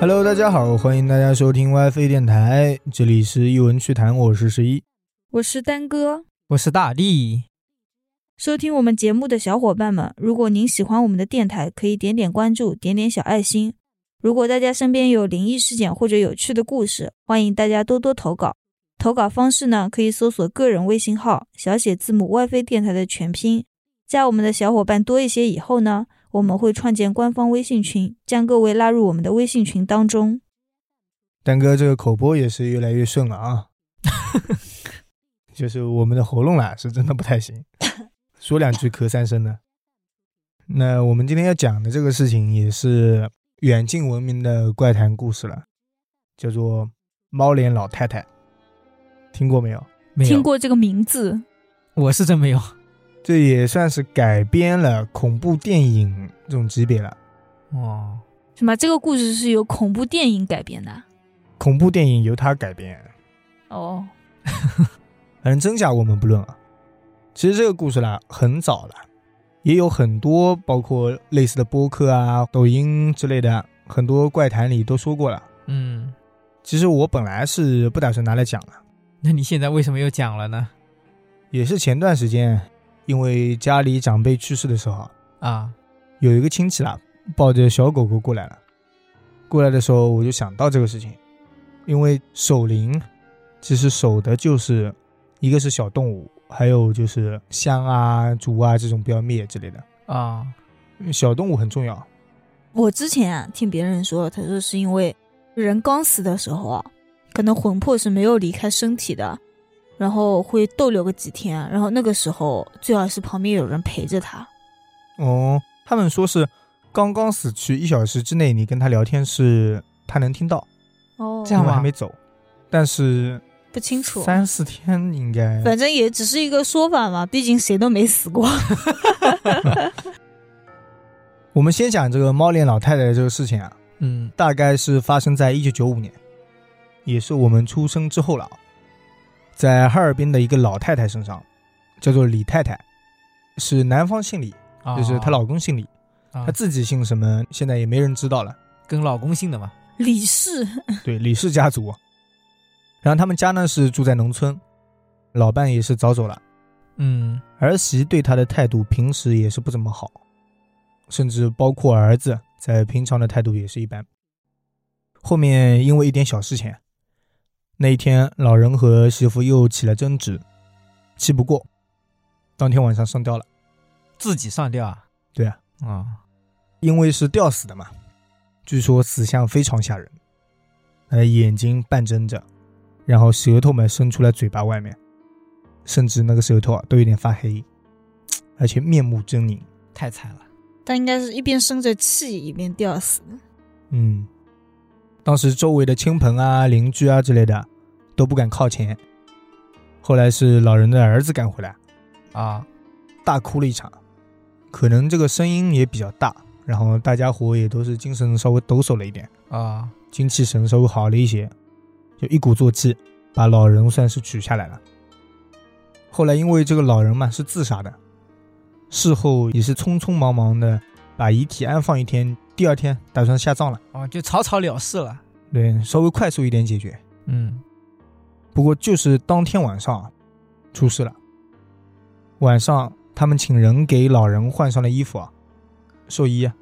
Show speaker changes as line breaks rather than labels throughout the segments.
Hello，大家好，欢迎大家收听 WiFi 电台，这里是一文趣谈，我是十一，
我是丹哥。
我是大力，
收听我们节目的小伙伴们，如果您喜欢我们的电台，可以点点关注，点点小爱心。如果大家身边有灵异事件或者有趣的故事，欢迎大家多多投稿。投稿方式呢，可以搜索个人微信号小写字母 WiFi 电台的全拼，加我们的小伙伴多一些以后呢，我们会创建官方微信群，将各位拉入我们的微信群当中。
丹哥这个口播也是越来越顺了 啊，就是我们的喉咙啦是真的不太 行，说两句咳三声的。那我们今天要讲的这个事情也是远近闻名的怪谈故事了，叫做猫脸老太太，听过没有？
没有，
听过这个名字，
我是真没有。
这也算是改编了恐怖电影这种级别了。
哦，
什么？这个故事是由恐怖电影改编的？啊
恐怖电影由它改编，
哦，
反正真假我们不论啊。其实这个故事啦，很早了，也有很多包括类似的播客啊、抖音之类的，很多怪谈里都说过了。
嗯，
其实我本来是不打算拿来讲的，
那你现在为什么又讲了呢？
也是前段时间，因为家里长辈去世的时候，
啊，
有一个亲戚啦，抱着小狗狗过来了。过来的时候我就想到这个事情，因为守灵，其实守的就是一个是小动物，还有就是香啊、烛啊这种不要灭之类的。
啊，
小动物很重要，
我之前啊听别人说，他说是因为人刚死的时候啊，可能魂魄是没有离开身体的，然后会逗留个几天，然后那个时候最好是旁边有人陪着他。
哦，他们说是刚刚死去一小时之内，你跟他聊天是他能听到，
哦
这样
因为
吗
还没走，但是
不清楚，
三四天应该
反正也只是一个说法嘛，毕竟谁都没死过。
我们先讲这个猫脸老太太的这个事情啊，
嗯
大概是发生在一九九五年，也是我们出生之后了啊，在哈尔滨的一个老太太身上，叫做李太太，是男方姓李，
啊，
就是她老公姓李，
啊
她自己姓什么现在也没人知道 了。
跟老公姓的嘛。
李氏，
对，李氏家族。然后他们家呢是住在农村，老伴也是早走了，
嗯
儿媳对他的态度平时也是不怎么好，甚至包括儿子在平常的态度也是一般。后面因为一点小事情，那一天老人和媳妇又起了争执，气不过，当天晚上上吊了。
自己上吊啊？
对啊，
啊，
因为是吊死的嘛，据说死相非常吓人，他的眼睛半睁着，然后舌头们伸出来嘴巴外面，甚至那个舌头啊都有点发黑，而且面目狰狞。
太惨了。
他应该是一边生着气一边吊死的。
嗯，当时周围的亲朋啊、邻居啊之类的都不敢靠前。后来是老人的儿子赶回来，
啊，
大哭了一场，可能这个声音也比较大，然后大家伙也都是精神稍微抖擞了一点。
啊，
精气神稍微好了一些，就一鼓作气把老人算是取下来了。后来因为这个老人嘛是自杀的，事后也是匆匆忙忙的把遗体安放一天，第二天打算下葬了。
哦，就草草了事了。
对，稍微快速一点解决。
嗯，
不过就是当天晚上出事了。晚上他们请人给老人换上了衣服啊，寿衣啊。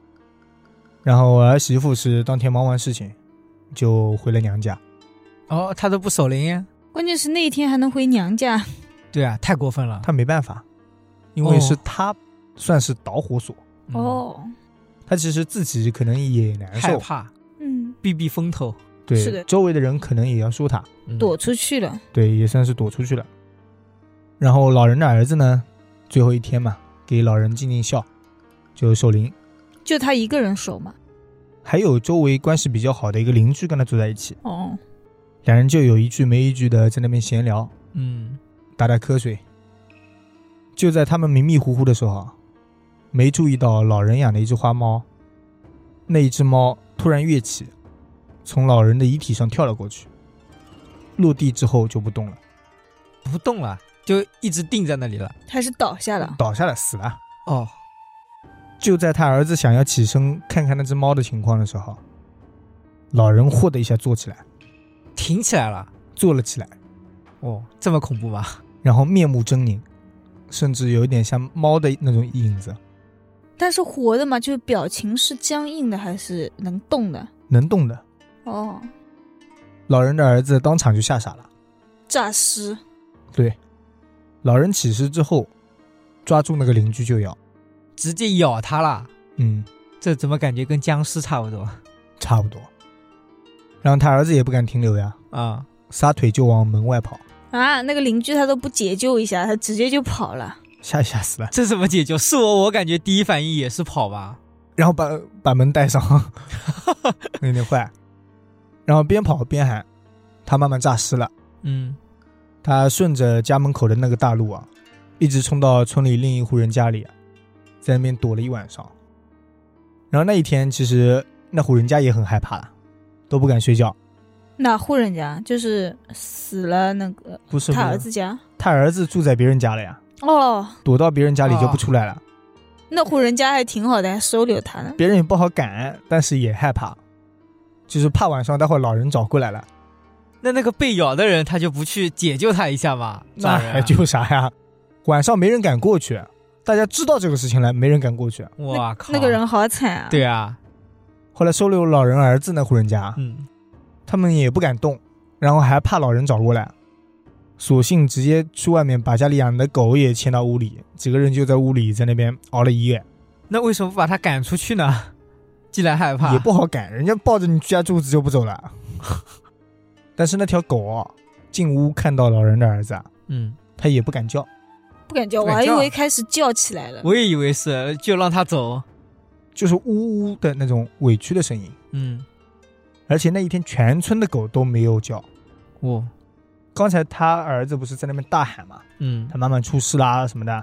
然后儿媳妇是当天忙完事情就回了娘家。
哦，他都不守灵。
关键是那一天还能回娘家，
对啊，太过分了。
他没办法，因为
哦
是他算是导火索，
嗯，
哦，
他其实自己可能也难
害
受，
怕，
嗯，
避避风头。
对，
是的
周围的人可能也要说他，
嗯
躲出去了。
对，也算是躲出去了。然后老人的儿子呢，最后一天嘛，给老人尽尽孝，就守灵，
就他一个人守嘛。
还有周围关系比较好的一个邻居跟他住在一起，
哦，
两人就有一句没一句的在那边闲聊，
嗯
打打瞌睡。就在他们迷迷糊糊的时候啊，没注意到老人养的一只花猫，那一只猫突然跃起，从老人的遗体上跳了过去，落地之后就不动了，
不动了，就一直定在那里了。
他是倒下了。
倒下了，死了。
哦，
就在他儿子想要起身看看那只猫的情况的时候，老人霍的一下坐起来，
挺起来了。
坐了起来，
哦，这么恐怖吗？
然后面目狰狞，甚至有一点像猫的那种影子，
但是活的嘛，就是表情是僵硬的还是能动的？
能动的。
哦，
老人的儿子当场就吓傻了。
诈尸。
老人起尸之后，抓住那个邻居就咬，
直接咬他了，
嗯，
这怎么感觉跟僵尸差不多
差不多。然后他儿子也不敢停留呀，
啊？
撒腿就往门外跑，
啊，那个邻居他都不解救一下，他直接就跑了。
吓吓死了。
这怎么解救？是我，我感觉第一反应也是跑吧。
然后把把门带上，有点坏。然后边跑边喊，他妈妈诈尸了。
嗯，
他顺着家门口的那个大路啊，一直冲到村里另一户人家里、啊，在那边躲了一晚上。然后那一天，其实那户人家也很害怕了，都不敢睡觉。
哪户人家？就是死了那个
不是
他
不是
儿子家。
他儿子住在别人家了呀，
哦，
躲到别人家里就不出来了，
那户人家还挺好的，还收留他呢。
别人也不好赶，但是也害怕，就是怕晚上待会儿老人找过来了，
那那个被咬的人他就不去解救他一下吗？
那
找人啊
还救啥呀？晚上没人敢过去，大家知道这个事情了，没人敢过去。
哇靠，
那个人好惨啊！，
对啊，
后来收留老人儿子那户人家，
嗯，
他们也不敢动，然后还怕老人找过来，索性直接去外面把家里养的狗也牵到屋里，几个人就在屋里在那边熬了一夜，
那为什么不把他赶出去呢？ 既然害怕，
也不好赶，人家抱着你家柱子就不走了。但是那条狗啊，进屋看到老人的儿子啊，
嗯，
它也不敢叫，
不敢叫，
不
我
敢
还以
叫
为开始叫起来了。
我也以为是，就让他走。
就是呜呜的那种委屈的声音。
嗯，
而且那一天全村的狗都没有叫。
我，
哦刚才他儿子不是在那边大喊嘛，
嗯
他，妈妈出事啦什么的。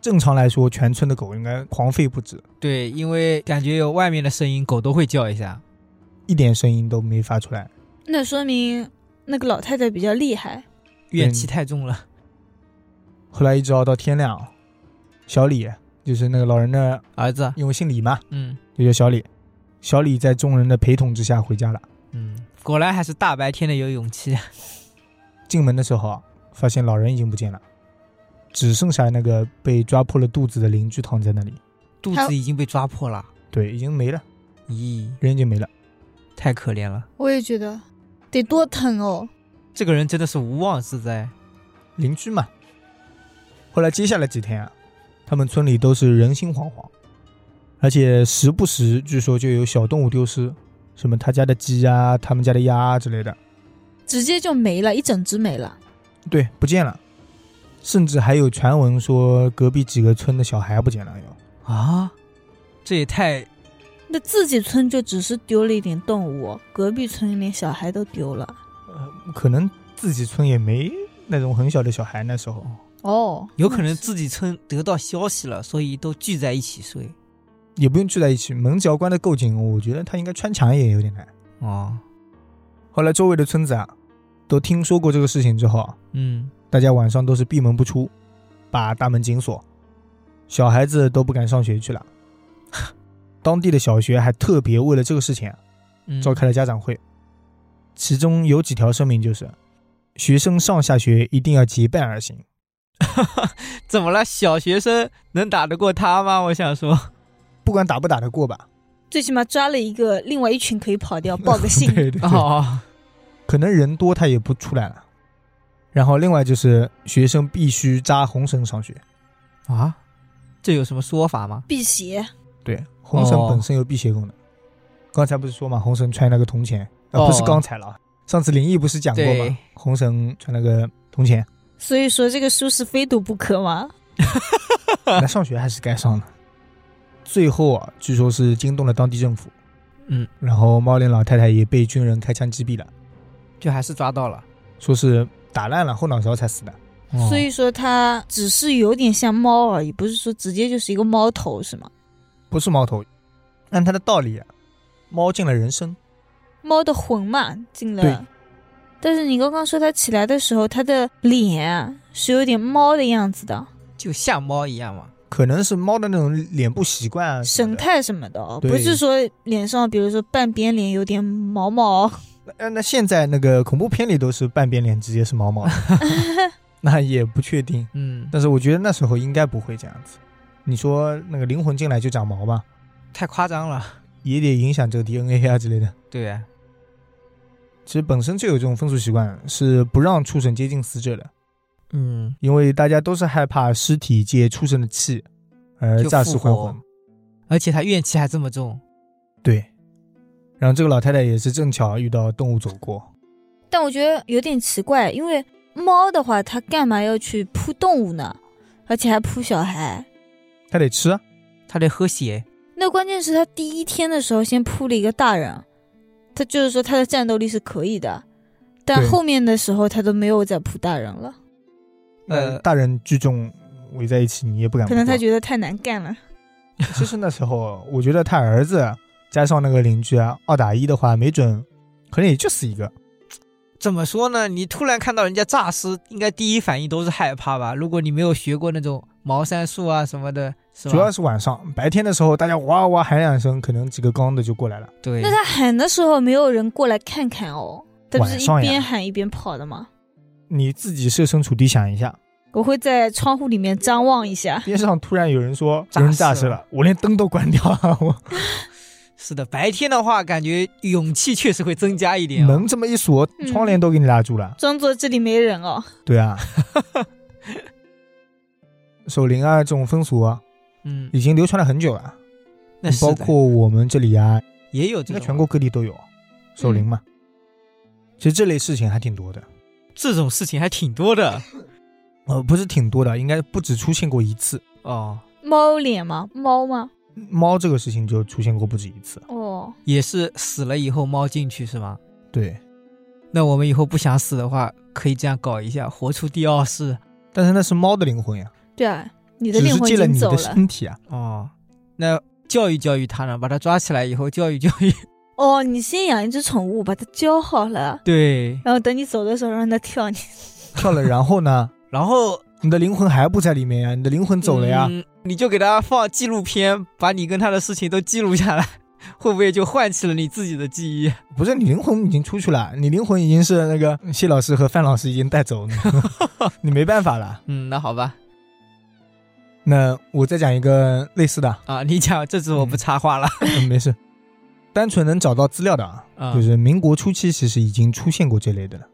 正常来说，全村的狗应该狂吠不止，
对，因为感觉有外面的声音，狗都会叫一下。
一点声音都没发出来。
那说明那个老太太比较厉害。
怨气太重了，
后来一直熬到天亮，小李就是那个老人的，
儿子，
因为姓李嘛，
嗯
就叫小李。小李在众人的陪同之下回家了。
嗯，果然还是大白天的有勇气。
进门的时候啊，发现老人已经不见了，只剩下那个被抓破了肚子的邻居躺在那里。
肚
他
子已经被抓破了，
对，已经没了，
咦，
人已经没了。
太可怜了。
我也觉得得多疼哦。
这个人真的是无妄之灾。
邻居嘛。后来接下来几天啊，他们村里都是人心惶惶，而且时不时据说就有小动物丢失，什么他家的鸡啊、他们家的鸭啊之类的，
直接就没了，一整只没了。
对，不见了。甚至还有传闻说隔壁几个村的小孩不见了哟。
啊，这也太……
那自己村就只是丢了一点动物，隔壁村连小孩都丢了。
可能自己村也没那种很小的小孩，那时候
哦，
有可能自己村得到消息了，所以都聚在一起睡。
也不用聚在一起，门只要关得够紧，我觉得他应该穿墙也有点难。
哦，
后来周围的村子啊，都听说过这个事情之后啊，
嗯，
大家晚上都是闭门不出，把大门紧锁，小孩子都不敢上学去了。 当地的小学还特别为了这个事情啊
嗯
召开了家长会，其中有几条声明就是：学生上下学一定要结伴而行，
怎么了？小学生能打得过他吗？我想说，
不管打不打得过吧。
最起码抓了一个，另外一群可以跑掉，报个信。
对对对，
哦，
可能人多他也不出来了。然后另外就是学生必须扎红绳上学，
啊，这有什么说法吗？
辟邪，
对，红绳
哦
本身有辟邪功能。刚才不是说嘛，红绳穿那个铜钱，呃，
哦
不是刚才了啊，上次灵异不是讲过
对
吗？红绳穿那个铜钱，
所以说这个书是非读不可吗？
那上学还是该上的。最后啊，据说是惊动了当地政府，
嗯，
然后猫脸老太太也被军人开枪击毙了，
就还是抓到了。
说是打烂了后脑勺才死的。
哦
所以说它只是有点像猫而已，不是说直接就是一个猫头是吗？
不是猫头，按他的道理啊，猫进了人身，
猫的魂嘛进
对
了。但是你刚刚说它起来的时候，它的脸啊是有点猫的样子的。
就像猫一样嘛。
可能是猫的那种脸部习惯啊什么的，
神态什么的哦，
对
不是说脸上比如说半边脸有点毛毛，
那那现在那个恐怖片里都是半边脸直接是毛 毛的，那也不确定。
嗯，
但是我觉得那时候应该不会这样子。你说那个灵魂进来就长毛吧，
太夸张了。
也得影响这个 DNA 啊之类的。
对啊，
其实本身就有这种风俗习惯，是不让畜生接近死者的，
嗯，
因为大家都是害怕尸体借畜生的气而
就
诈尸
复
还
活
魂。
而且他怨气还这么重。
对，然后这个老太太也是正巧遇到动物走过，
但我觉得有点奇怪，因为猫的话，它干嘛要去扑动物呢？而且还扑小孩。
她得吃啊。
他得喝血，
那关键是它第一天的时候先扑了一个大人，它就是说它的战斗力是可以的，但
对
后面的时候它都没有再扑大人了，
呃，
呃
大人聚众围在一起，你也不敢。
可能它觉得太难干了。
得，其实那时候我觉得他儿子加上那个邻居啊，二打一的话，没准可能也就死一个。
怎么说呢？你突然看到人家诈尸，应该第一反应都是害怕吧？如果你没有学过那种茅山术啊什么的，是吧？
主要是晚上，白天的时候大家哇哇喊两声，可能几个刚的就过来了。
对
那，它喊的时候没有人过来看看哦，它不是
晚上
一
呀
边喊一边跑的吗？
你自己设身处地想一下，
我会在窗户里面张望一下，
边上突然有人说
诈
有人
尸
诈尸
了
了，我连灯都关掉了，我
是的，白天的话，感觉勇气确实会增加一点、哦。
门这么一锁，
嗯
窗帘都给你拉住了。
装作这里没人哦。
对啊， 守灵啊这种风俗啊，
嗯，
已经流传了很久了。
那是
包
的
括我们这里啊，
也有
应
这
该
种嗯
全国各地都有守灵嘛。其实这类事情还挺多的，
这种事情还挺 多的
呃，不是挺多的，应该不止出现过一次。
哦，
猫脸吗？猫吗？
猫这个事情就出现过不止一次。
哦，
也是死了以后猫进去是吗？
对，
那我们以后不想死的话，可以这样搞一下，活出第二世
但是那是猫的灵魂呀，
对啊，你的
只
灵
是
魂
借
已
了
经
你
走
的
了。
身体啊。
哦。那教育教育他呢，把他抓起来以后教育教育。
哦，你先养一只宠物，把它教好了，
对，
然后等你走的时候让它跳你。
跳了，然后呢，
然后
你的灵魂还不在里面呀，你的灵魂走了呀。
嗯你就给他放纪录片，把你跟他的事情都记录下来， 会不会就唤起了你自己的记忆？
不是，你灵魂已经出去了，你灵魂已经是那个谢老师和范老师已经带 走了，你没办法了。
嗯，那好吧，
那我再讲一个类似的，
啊，你讲，这次我不插话了。
嗯没事，单纯能找到资料的啊，
啊
就是民国初期其实已经出现过这类的了。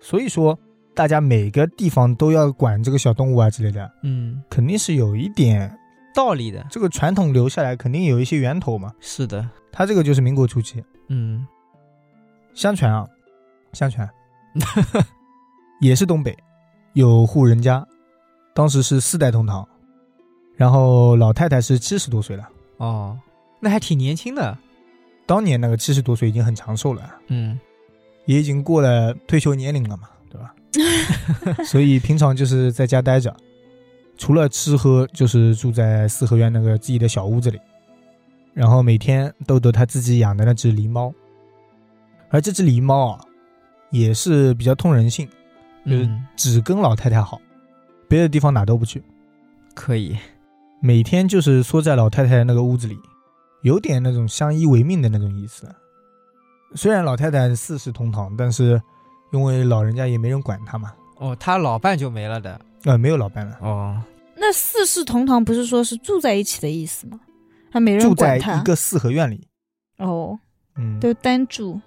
所以说，大家每个地方都要管这个小动物啊之类的，
嗯，
肯定是有一点
道理的，
这个传统留下来，肯定有一些源头嘛。
是的，
它这个就是民国初期，
嗯，
相传啊，相传也是东北，有户人家，当时是四代同堂，然后老太太是七十多岁了，
哦，那还挺年轻的，
当年那个七十多岁已经很长寿了。
嗯，
也已经过了退休年龄了嘛，对吧？所以平常就是在家待着，除了吃喝，就是住在四合院那个自己的小屋子里，然后每天逗逗他自己养的那只狸猫。而这只狸猫啊，也是比较通人性，就是
嗯，
只跟老太太好，别的地方哪都不去，
可以，
每天就是缩在老太太那个屋子里，有点那种相依为命的那种意思。虽然老太太四世同堂，但是因为老人家也没人管她嘛，
哦，他老伴就没了的，
呃，没有老伴了，
哦，
那四世同堂不是说是住在一起的意思吗？还没人
住在
管它
一个四合院里。
哦，
嗯，
都单住。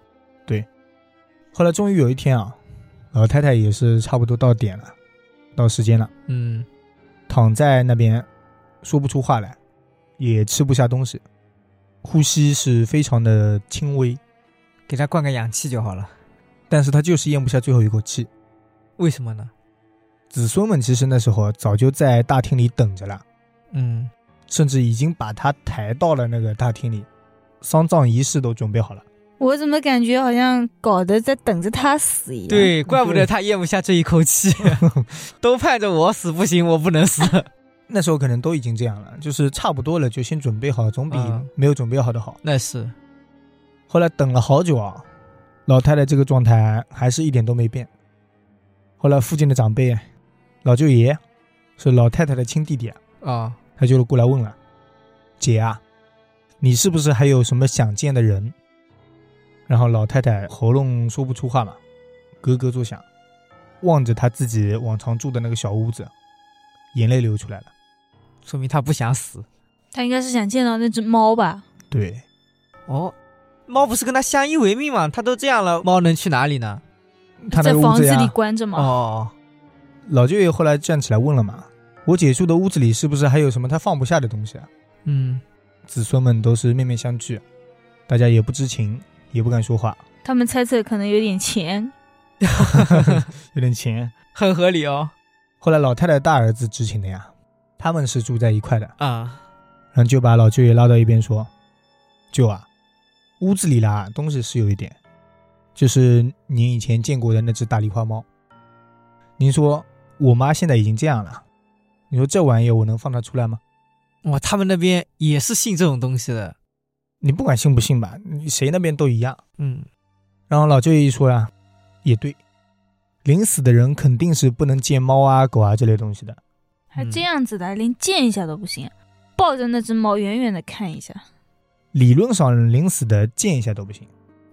后来终于有一天啊，老太太也是差不多到点了，到时间了，
嗯，
躺在那边说不出话来，也吃不下东西，呼吸是非常的轻微，
给他灌个氧气就好了。
但是她就是咽不下最后一口气。
为什么呢？
子孙们其实那时候早就在大厅里等着了，
嗯，
甚至已经把他抬到了那个大厅里，丧葬仪式都准备好了。
我怎么感觉好像搞得在等着他死一样？，
对，怪不
对
得他咽不下这一口气， 都盼着我死不行，我不能死。
那时候可能都已经这样了，就是差不多了，就先准备好，总比
嗯
没有准备好的好。
那是，
后来等了好久啊，老太太这个状态还是一点都没变。后来附近的长辈，老舅爷是老太太的亲弟弟啊，
啊
他就过来问了：“姐啊，你是不是还有什么想见的人？”然后老太太喉咙说不出话嘛，咯咯作响，望着她自己往常住的那个小屋子，眼泪流出来了。
说明他不想死。
他应该是想见到那只猫吧？
对，
哦，猫不是跟他相依为命嘛？他都这样了，猫能去哪里呢？
她那
在
个屋
房
子
子
呀，
里
啊
关着嘛。
哦，
老舅爷后来站起来问了嘛：“我姐住的屋子里是不是还有什么她放不下的东西啊
嗯，？”
子孙们都是面面相觑，大家也不知情，也不敢说话，
他们猜测可能有点钱，
嗯有点钱。
很合理哦。
后来老太太大儿子知情的呀，他们是住在一块的，
啊，
然后就把老舅也拉到一边说：“舅啊，屋子里啦东西是有一点，就是您以前见过的那只大狸花猫。您说我妈现在已经这样了，你说这玩意儿我能放它出来吗？
哇，他们那边也是信这种东西的。
你不管信不信吧，你谁那边都一样。”
嗯，
然后老舅一说呀，也对，临死的人肯定是不能见猫啊、狗啊这类东西的。
还这样子的，连见一下都不行，抱着那只猫远远的看一下。
理论上临死的见一下都不行，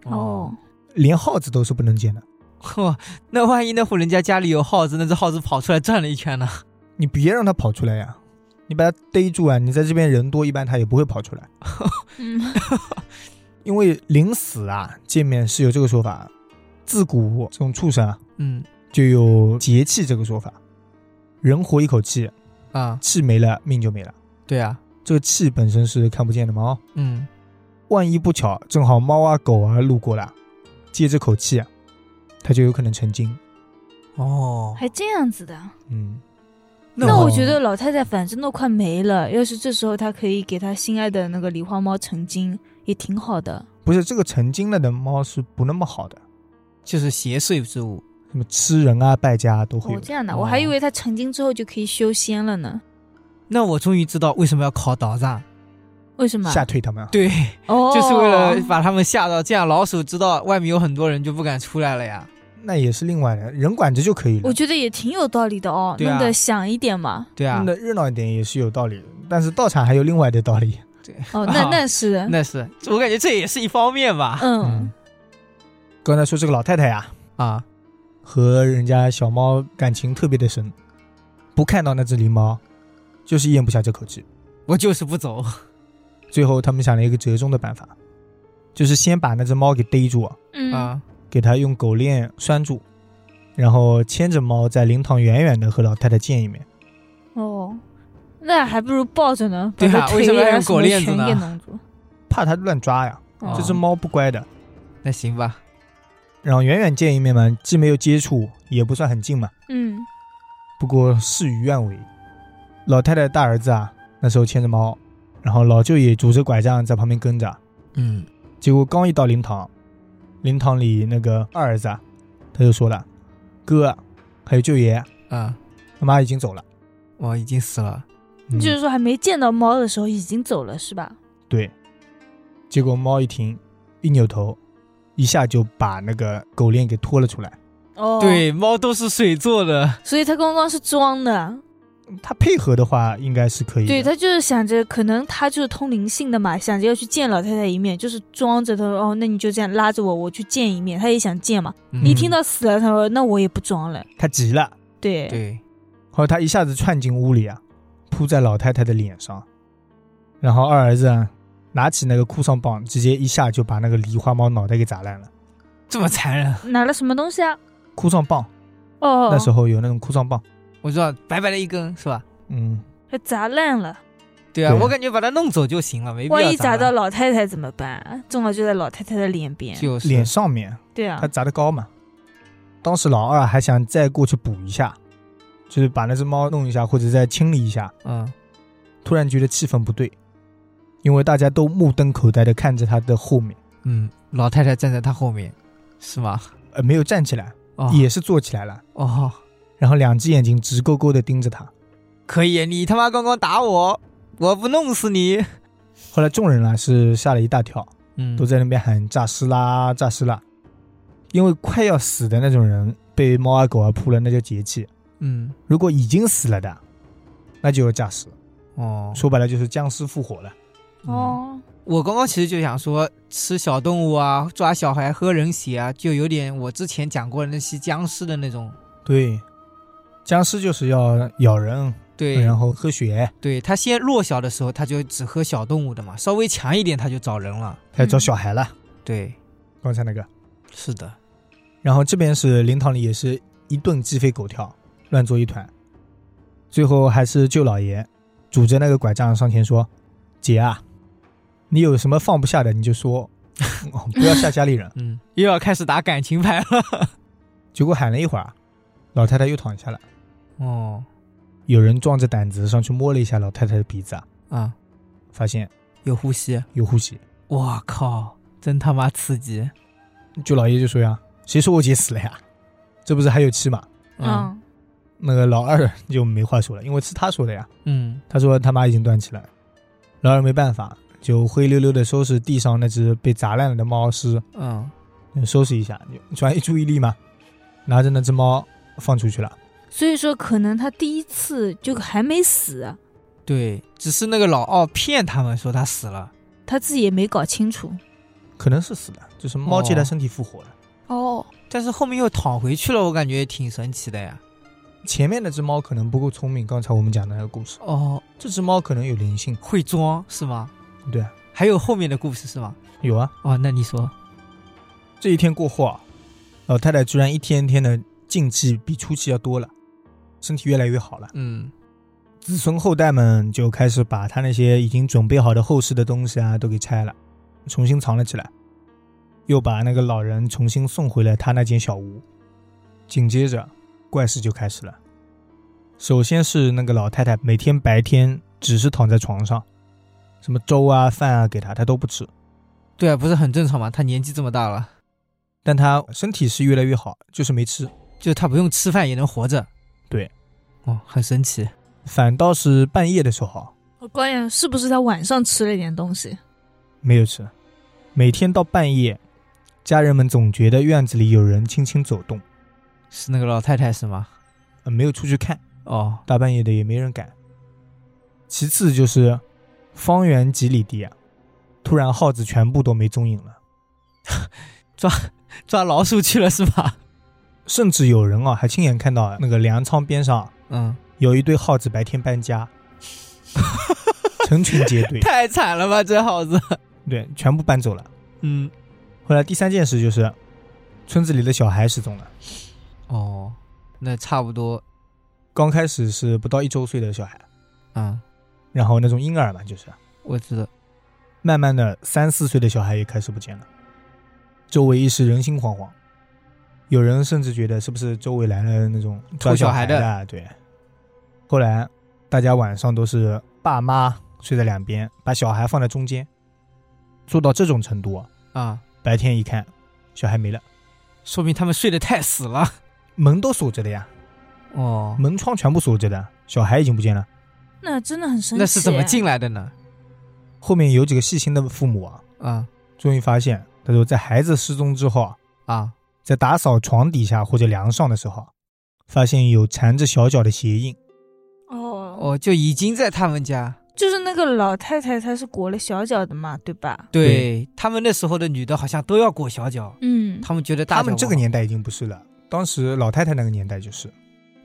哦，，
连耗子都是不能见的。
嚯，哦 那万一那户人家家里有耗子，那只耗子跑出来转了一圈呢？
你别让它跑出来呀、你把它逮住啊！你在这边人多，一般它也不会跑出来，
嗯，
因为临死啊，见面是有这个说法。自古这种畜生啊，
嗯
就有节气这个说法。人活一口气，
啊，
气没了，命就没了。
对啊，
这个气本身是看不见的嘛哦，
嗯，
万一不巧正好猫啊狗啊路过了，接这口气啊，它就有可能成精。
哦，
还这样子的。
嗯，
那
我
我觉得老太太反正都快没了，要是这时候她可以给她心爱的那个狸花猫成精，也挺好的。
不是这个成精了的猫是不那么好的，
就是邪祟之物。
什么吃人啊败家啊都会
哦
有，的。
这样的，
哦
我还以为她成精之后就可以修仙了呢。
那我终于知道为什么要烤岛上，
为什么？
吓退它们啊。
对，
哦，
就是为了把他们吓到，这样老鼠知道外面有很多人就不敢出来了呀。
那也是另外的，人管着就可以了
我。觉得也挺有道理的哦，
对啊
弄得响一点嘛。
对啊
弄，得热闹一点也是有道理的，但是道场还有另外的道理。
哦，那
啊
那是的，
那是我感觉这也是一方面吧。
嗯，，
刚才说这个老太太呀，
啊，
和人家小猫感情特别的深，不看到那只狸猫，就是咽不下这口气。
我就是不走。
最后他们想了一个折中的办法，就是先把那只猫给逮住，
嗯
啊，
给它用狗链拴住，然后牵着猫在灵堂远远的和老太太见一面。
哦，那还不如抱着呢，把
对
它
啊
腿
为什么要
啊
用
什
狗
么
链子
全
呢
给弄 住。
怕它乱抓呀，
哦
这只猫不乖的。
那行吧，
然后远远见一面嘛，既没有接触，也不算很近嘛。
嗯，
不过事与愿违，老太太大儿子啊，那时候牵着猫，然后老舅也拄着拐杖在旁边跟着，
嗯，
结果刚一到灵堂，灵堂里那个二儿子啊，他就说了：“哥，还有舅爷，
啊，
他妈已经走了。
我已经死了。
嗯
就是说还没见到猫的时候已经走了是吧？
对。结果猫一停，一扭头，一下就把那个狗链给拖了出来。
哦，，
对，猫都是水做的，
所以他刚刚是装的，
他配合的话，应该是可以的。
对他就是想着可能他就是通灵性的嘛，想着要去见老太太一面，就是装着他说哦，那你就这样拉着我，我去见一面，他也想见嘛。
嗯
一听到死了，他说那我也不装了，
他急了，
对，
对，
然后他一下子窜进屋里啊，扑在老太太的脸上，然后二儿子啊拿起那个哭丧棒，直接一下就把那个狸花猫脑袋给砸烂了。
这么残忍，
拿了什么东西啊？
哭丧棒
哦，
那时候有那种哭丧棒，
我知道，白白的一根是吧？
嗯，
还砸烂了，
对啊，
对啊
我感觉把它弄走就行了，没必要。
万一砸到，老太太怎么办？正好就在老太太的脸边，
哦就是
脸上面
对啊
他，砸得高嘛。当时老二还想再过去补一下，就是把那只猫弄一下或者再清理一下，
嗯，
突然觉得气氛不对，因为大家都目瞪口呆的看着他的后面，
嗯，老太太站在他后面，是吗？
呃，没有站起来，
哦，
也是坐起来了，
哦，
然后两只眼睛直勾勾的盯着他。
可以，你他妈刚刚打我，我不弄死你。
后来众人啊是吓了一大跳，
嗯
都在那边喊“诈尸啦，诈尸啦”，因为快要死的那种人被猫啊狗啊扑了，那叫节气；
嗯
如果已经死了的，那就有诈尸。
哦
说白了就是僵尸复活了。
哦，
我刚刚其实就想说，吃小动物啊，抓小孩喝人血啊，就有点我之前讲过的那些僵尸的那种。
对，僵尸就是要咬人，
对，
然后喝血，
对他先弱小的时候，他就只喝小动物的嘛，稍微强一点他就找人了。
他要找小孩了。
嗯对，
刚才那个，
是的，
然后这边是灵堂里也是一顿鸡飞狗跳，乱作一团。最后还是舅老爷拄着那个拐杖上前说：“姐啊，你有什么放不下的你就说， 哦不要吓家里人。
嗯，又要开始打感情牌了。”
结果喊了一会儿，老太太又躺下了。
哦，
有人壮着胆子上去摸了一下老太太的鼻子啊，
啊，
发现
有呼吸，
有呼吸。
我靠，真他妈刺激。
舅老爷就说呀：“谁说我姐死了呀？这不是还有七吗？”
嗯
嗯，
那个老二就没话说了，因为是他说的呀。
嗯
他说他妈已经断气了，老二没办法，就灰溜溜的收拾地上那只被砸烂了的猫尸，
嗯，
收拾一下，就转移注意力嘛，拿着那只猫放出去了。
所以说可能他第一次就还没死，
对，只是那个老奥骗他们说他死了。
他自己也没搞清楚。
可能是死了，就是猫借他身体复活了。
哦，
但是后面又躺回去了，我感觉挺神奇的呀。
前面那只猫可能不够聪明，刚才我们讲的那个故事，
哦，
这只猫可能有灵性，
会装是吗？
对啊，
还有后面的故事是吗？
有啊。
哦，那你说，
这一天过后啊，老太太居然一天天的进气比出气要多了，身体越来越好了。
嗯
子孙后代们就开始把他那些已经准备好的后事的东西啊都给拆了，重新藏了起来，又把那个老人重新送回了他那间小屋。紧接着，怪事就开始了。首先是那个老太太每天白天只是躺在床上，什么粥啊饭啊给她她都不吃，
对啊，不是很正常吗？他年纪这么大了。
但她身体是越来越好，就是没吃。
就他不用吃饭也能活着。
对，
哦，很神奇。
反倒是半夜的时候啊
我哦关键是不是他晚上吃了一点东西？
没有吃，每天到半夜，家人们总觉得院子里有人轻轻走动。
是那个老太太是吗？
呃，没有出去看，
哦，
大半夜的也没人敢。其次就是方圆几里地啊，突然耗子全部都没踪影了，
抓老鼠去了是吧？
甚至有人啊还亲眼看到那个粮仓边上啊
嗯，
有一堆耗子白天搬家， 成群结 队，
太惨了吧，这耗子。
对，全部搬走了。
嗯，
后来第三件事就是，村子里的小孩失踪了。
哦，那差不多。
刚开始是不到一周岁的小孩，
嗯，
然后那种婴儿嘛，就是
我知道。
慢慢的，三四岁的小孩也开始不见了，周围一时人心惶惶，有人甚至觉得是不是周围来了那种抓
偷小
孩
孩的
啊对。后来大家晚上都是爸妈睡在两边，把小孩放在中间，做到这种程度啊，
啊、
白天一看，小孩没了，
说明他们睡得太死了。
门都锁着的呀，
哦，
门窗全部锁着的，小孩已经不见了。
那真的很神奇。
那是怎么？进来的呢？
后面有几个细心的父母啊，
啊、
终于发现，他说在孩子失踪之后啊，
啊，
在打扫床底下或者梁上的时候，啊发现有缠着小脚的鞋印。
哦，
哦，就已经在他们家。
就是那个老太太，她是裹了小脚的嘛，对吧？
对
对
他们那时候的女的好像都要裹小脚，
嗯，
他们觉得大
他
脚
们这个
不好
年代已经不是了，当时老太太那个年代就是。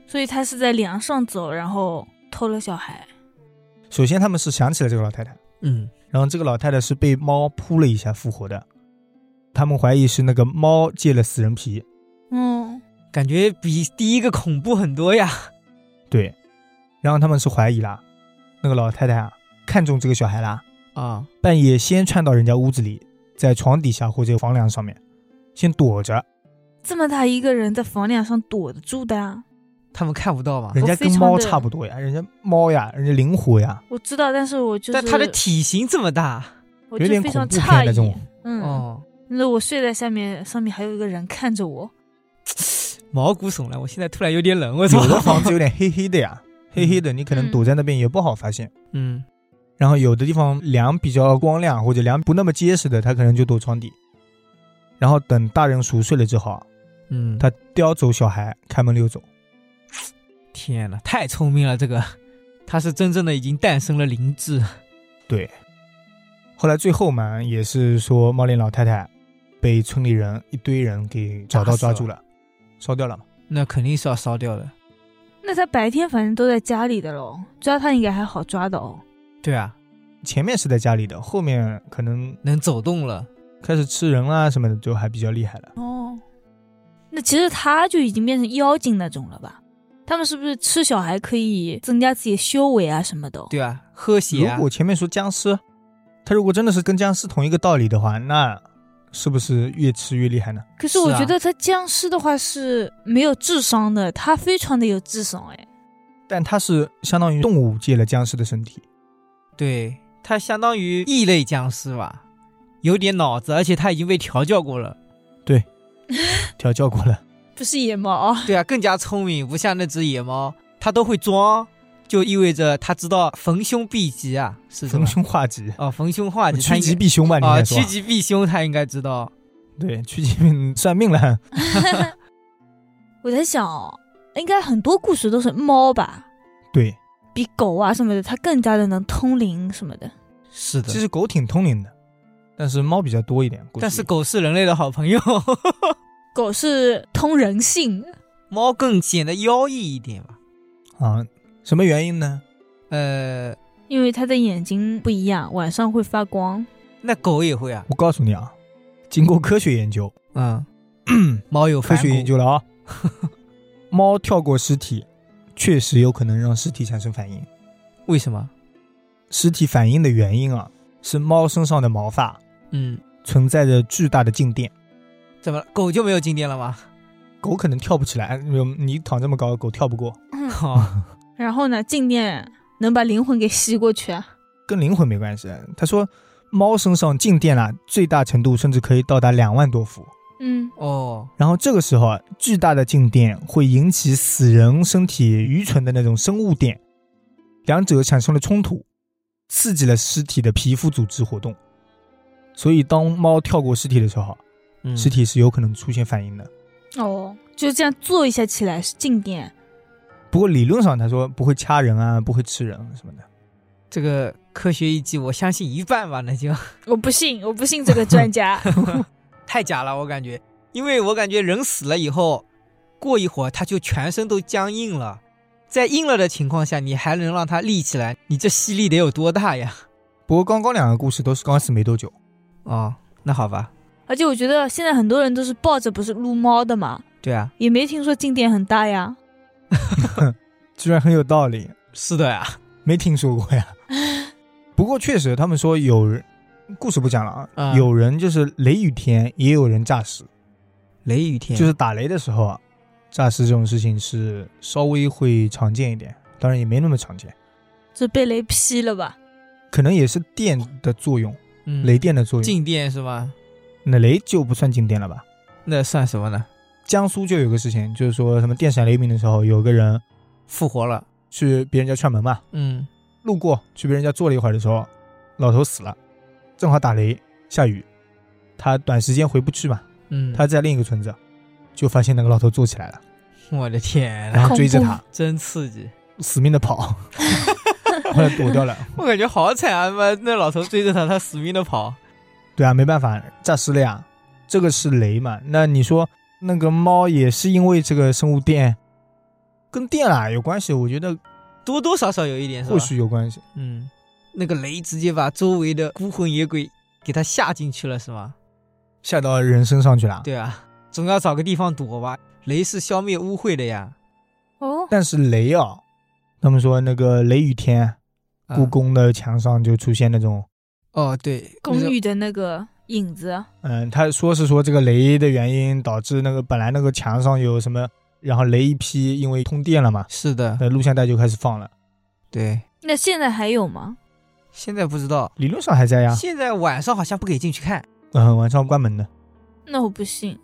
所以她是在梁上走，然后偷了小孩。
首先他们是想起了这个老太太，
嗯
然后这个老太太是被猫扑了一下复活的，他们怀疑是那个猫借了死人皮。
嗯，
感觉比第一个恐怖很多呀。
对，然后他们是怀疑啦，那个老太太啊看中这个小孩啦，
啊、
半夜先窜到人家屋子里，在床底下或者房梁上面先躲着，
这么大一个人在房梁上躲得住的、啊，
他们看不到吗？
人家
我哦非
跟
常
猫
的
差不多呀，人家猫呀，人家灵活呀，
我知道，但是我就是
但他的体型这么大，
我
有
就
点
非
恐
常
怖片
诧
那
异
种。
嗯，
哦，
那我睡在下面，上面还有一个人看着我。
毛骨悚然。我现在突然有啊点冷，我操
有！的房子有点黑黑的 呀，黑黑的，你可
嗯
能躲在那边也不好发现。
嗯，
然后有的地方梁比较光亮，或者梁不那么结实的，他可能就躲床底。然后等大人熟睡了之后啊，
嗯，
他叼走小孩，开门溜走。
天哪，太聪明了这个。 他是真正的已经诞生了灵智。
对，后来最后嘛，也是说猫脸老太太被村里人一堆人给找到抓住了，烧掉了嘛。
那肯定是要烧掉的。
那他白天反正都在家里的喽，抓他应该还好抓的哦。
对啊，
前面是在家里的，后面可能
能走动了。
开始吃人啊什么的，就还比较厉害了。
哦，那其实他就已经变成妖精那种了吧？他们是不是吃小孩可以增加自己的修为啊什么的哦？
对啊，喝血啊
如，果前面说僵尸，他如果真的是跟僵尸同一个道理的话，那是不是越吃越厉害呢？
可是我
是啊
觉得他僵尸的话是没有智商的，他非常的有智商哎。
但他是相当于动物界了僵尸的身体，
对，它相当于异类僵尸吧，有点脑子，而且它已经被调教过了。
调教过了。
不是野猫 啊，
对啊，更加聪明，不像那只野猫，它都会装，就意味着它知道逢凶必吉啊，是什
逢
么？
凶化吉，
哦，逢凶化吉，它
趋
应
吉
该
避凶吧？你应
啊，
该说
趋，吉避凶，它应该知道。
对，趋吉避算命了。
我在想哦，应该很多故事都是猫吧，
对，
比狗啊什么的，它更加的能通灵什么的。
是的
其实狗挺通灵的，但是猫比较多一点。估计
但是狗是人类的好朋友，
狗是通人性，
猫更显得妖异一点吧。
啊，什么原因呢？
呃，
因为它的眼睛不一样，晚上会发光。
那狗也会啊，
我告诉你啊，经过科学研究，
嗯， 猫有
科
反
学研
骨，
究了 啊，猫跳过尸体，确实有可能让尸体产生反应。
为什么？
尸体反应的原因啊，是猫身上的毛发
嗯，
存在着巨大的静电，
怎么了狗就没有静电了吗？
狗可能跳不起来，嗯你躺这么高，狗跳不过，
嗯
哦，
然后呢，静电能把灵魂给吸过去啊。
跟灵魂没关系。他说，猫身上静电啊，最大程度甚至可以到达两万多伏。
嗯，
哦，
然后这个时候啊，巨大的静电会引起死人身体愚蠢的那种生物电，两者产生了冲突，刺激了尸体的皮肤组织活动。所以，当猫跳过尸体的时候，
嗯
尸体是有可能出现反应的。
哦，就这样坐一下起来是静电。
不过理论上他说不会掐人啊，不会吃人什么的。
这个科学依据，我相信一半吧，那就
我不信，我不信这个专 家。
太假了，我感觉，因为我感觉人死了以后，过一会儿他就全身都僵硬了，在硬了的情况下，你还能让它立起来，你这吸力得有多大呀？
不过刚刚两个故事都是刚死没多久，
哦，那好吧，
而且我觉得现在很多人都是抱着不是撸猫的嘛，
对啊，
也没听说静电很大呀。
居然很有道理，
是的呀，
没听说过呀。不过确实，他们说有人故事不讲了啊，
嗯
有人就是雷雨天，也有人诈尸，
雷雨天
就是打雷的时候啊，诈尸这种事情是稍微会常见一点，当然也没那么常见，
这被雷劈了吧？
可能也是电的作用，
嗯
雷电的作用。
静电是吗？
那雷就不算静电了吧？
那算什么呢？
江苏就有个事情，就是说什么电闪雷鸣的时候，有个人
复活了，
去别人家串门嘛，
嗯，
路过去别人家坐了一会儿的时候，老头死了，正好打雷下雨，他短时间回不去嘛，
嗯，
他在另一个村子就发现那个老头坐起来了，
我的天呐，
然后追着
恐
他
真刺激！
死命的跑， 后来躲掉了。
我感觉好惨啊！妈，那老头追着他，他死命的跑。
对啊，没办法，诈尸了呀，这个是雷嘛。那你说那个猫也是因为这个生物电，跟电啦有关系，我觉得
多多少少有一点是吧？
或许有关系。
嗯，那个雷直接把周围的孤魂野鬼给他吓进去了，是吗？
吓到人身上去了。
对啊，总要找个地方躲吧。雷是消灭污秽的呀。
哦，
但是雷啊，他们说那个雷雨天，
啊
故宫的墙上就出现那种，
哦，对，
公
那个
寓的那个影子，
嗯，他说是说这个雷的原因导致那个本来那个墙上有什么，然后雷一劈，因为通电了嘛，
是的，
那录像带就开始放了，
对。
那现在还有吗？
现在不知道，
理论上还在呀，
现在晚上好像不给进去看。
嗯，晚上关门的，
那我不信。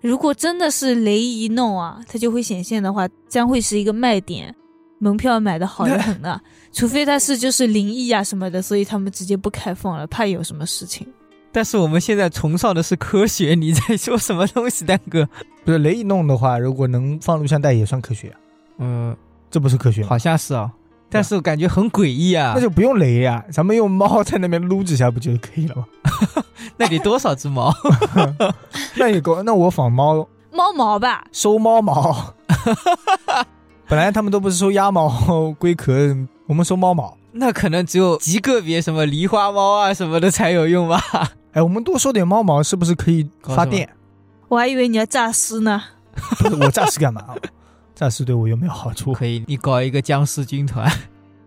如果真的是雷一弄啊，它就会显现的话，将会是一个卖点，门票买的好的很呢、除非它是就是灵异啊什么的，所以他们直接不开放了，怕有什么事情。
但是我们现在崇尚的是科学，你在说什么东西，丹哥？
不是雷一弄的话，如果能放录像带也算科学，啊
嗯，
这不是科学吗？
好像是哦。但是我感觉很诡异啊
那。就不用雷呀、咱们用猫在那边撸几下不就可以了吗？
那得多少只猫？
那也够，那我仿猫
猫毛吧，
收猫 毛。本来他们都不是收鸭毛、龟壳，我们收猫毛。
那可能只有极个别什么狸花猫啊什么的才有用吧。
哎，我们多收点猫毛是不是可以
搞
发
什么
电？
我还以为你要诈尸呢。
不是我诈尸干嘛？诈尸对我又没有好处。
可以，你搞一个僵尸军团，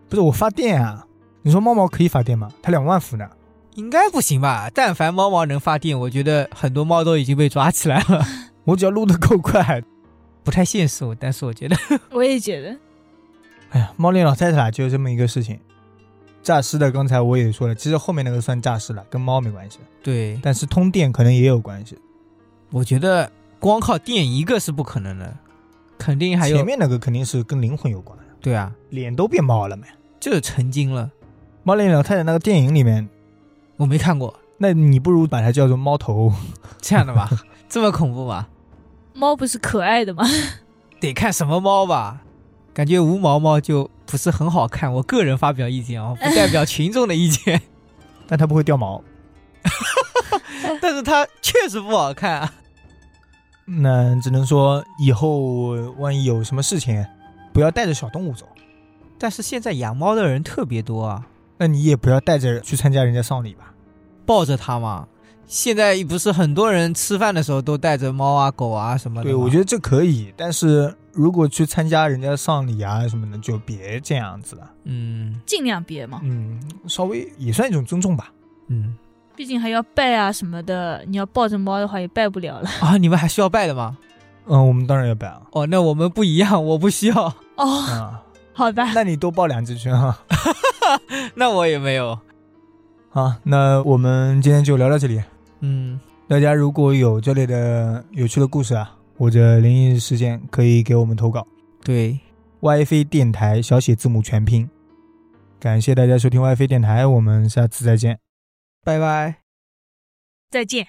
不是我发电啊？你说猫毛可以发电吗？它两万伏呢。
应该不行吧？但凡猫毛能发电，我觉得很多猫都已经被抓起来了，
我只要撸得够快，
不太现实。但是我觉得，
我也觉得，
哎呀，猫脸老太太就是这么一个事情。诈尸的刚才我也说了，其实后面那个算诈尸了，跟猫没关系，
对，
但是通电可能也有关系。
我觉得光靠电一个是不可能的，肯定还有
前面那个肯定是跟灵魂有关，
对啊，
脸都变猫了没？
就是成精了。
猫脸老太太那个电影里面，
我没看过
那你不如把它叫做猫头。
这样的吧？ 这么恐怖吗？
猫不是可爱的吗？
得看什么猫吧，感觉无毛猫就不是很好看。我个人发表意见啊、不代表群众的意见。
但它不会掉毛。
但是它确实不好看啊。
那只能说以后万一有什么事情，不要带着小动物走。
但是现在养猫的人特别多啊，
那你也不要带着去参加人家丧礼吧。
抱着它嘛。现在不是很多人吃饭的时候都带着猫啊、狗啊什么的吗。
对，我觉
得
得这可以，但是如果去参加人家丧礼啊什么的，就别这样子了。
嗯
尽量别嘛，
嗯，稍微也算一种尊重吧。
嗯
毕竟还要拜啊什么的。你要抱着猫的话，也拜不了了。
啊，你们还需要拜的吗？
嗯，我们当然要拜啊。
哦，那我们不一样，我不需要，
哦，
啊，
好吧，
那你多抱两只去啊。
那我也没有。
好，那我们今天就聊到这里。
嗯，
大家如果有这类的有趣的故事啊，或者灵异事件，可以给我们投稿。
对，
YF 电台小写字母全拼。感谢大家收听 YF 电台，我们下次再见。
拜拜。
再见。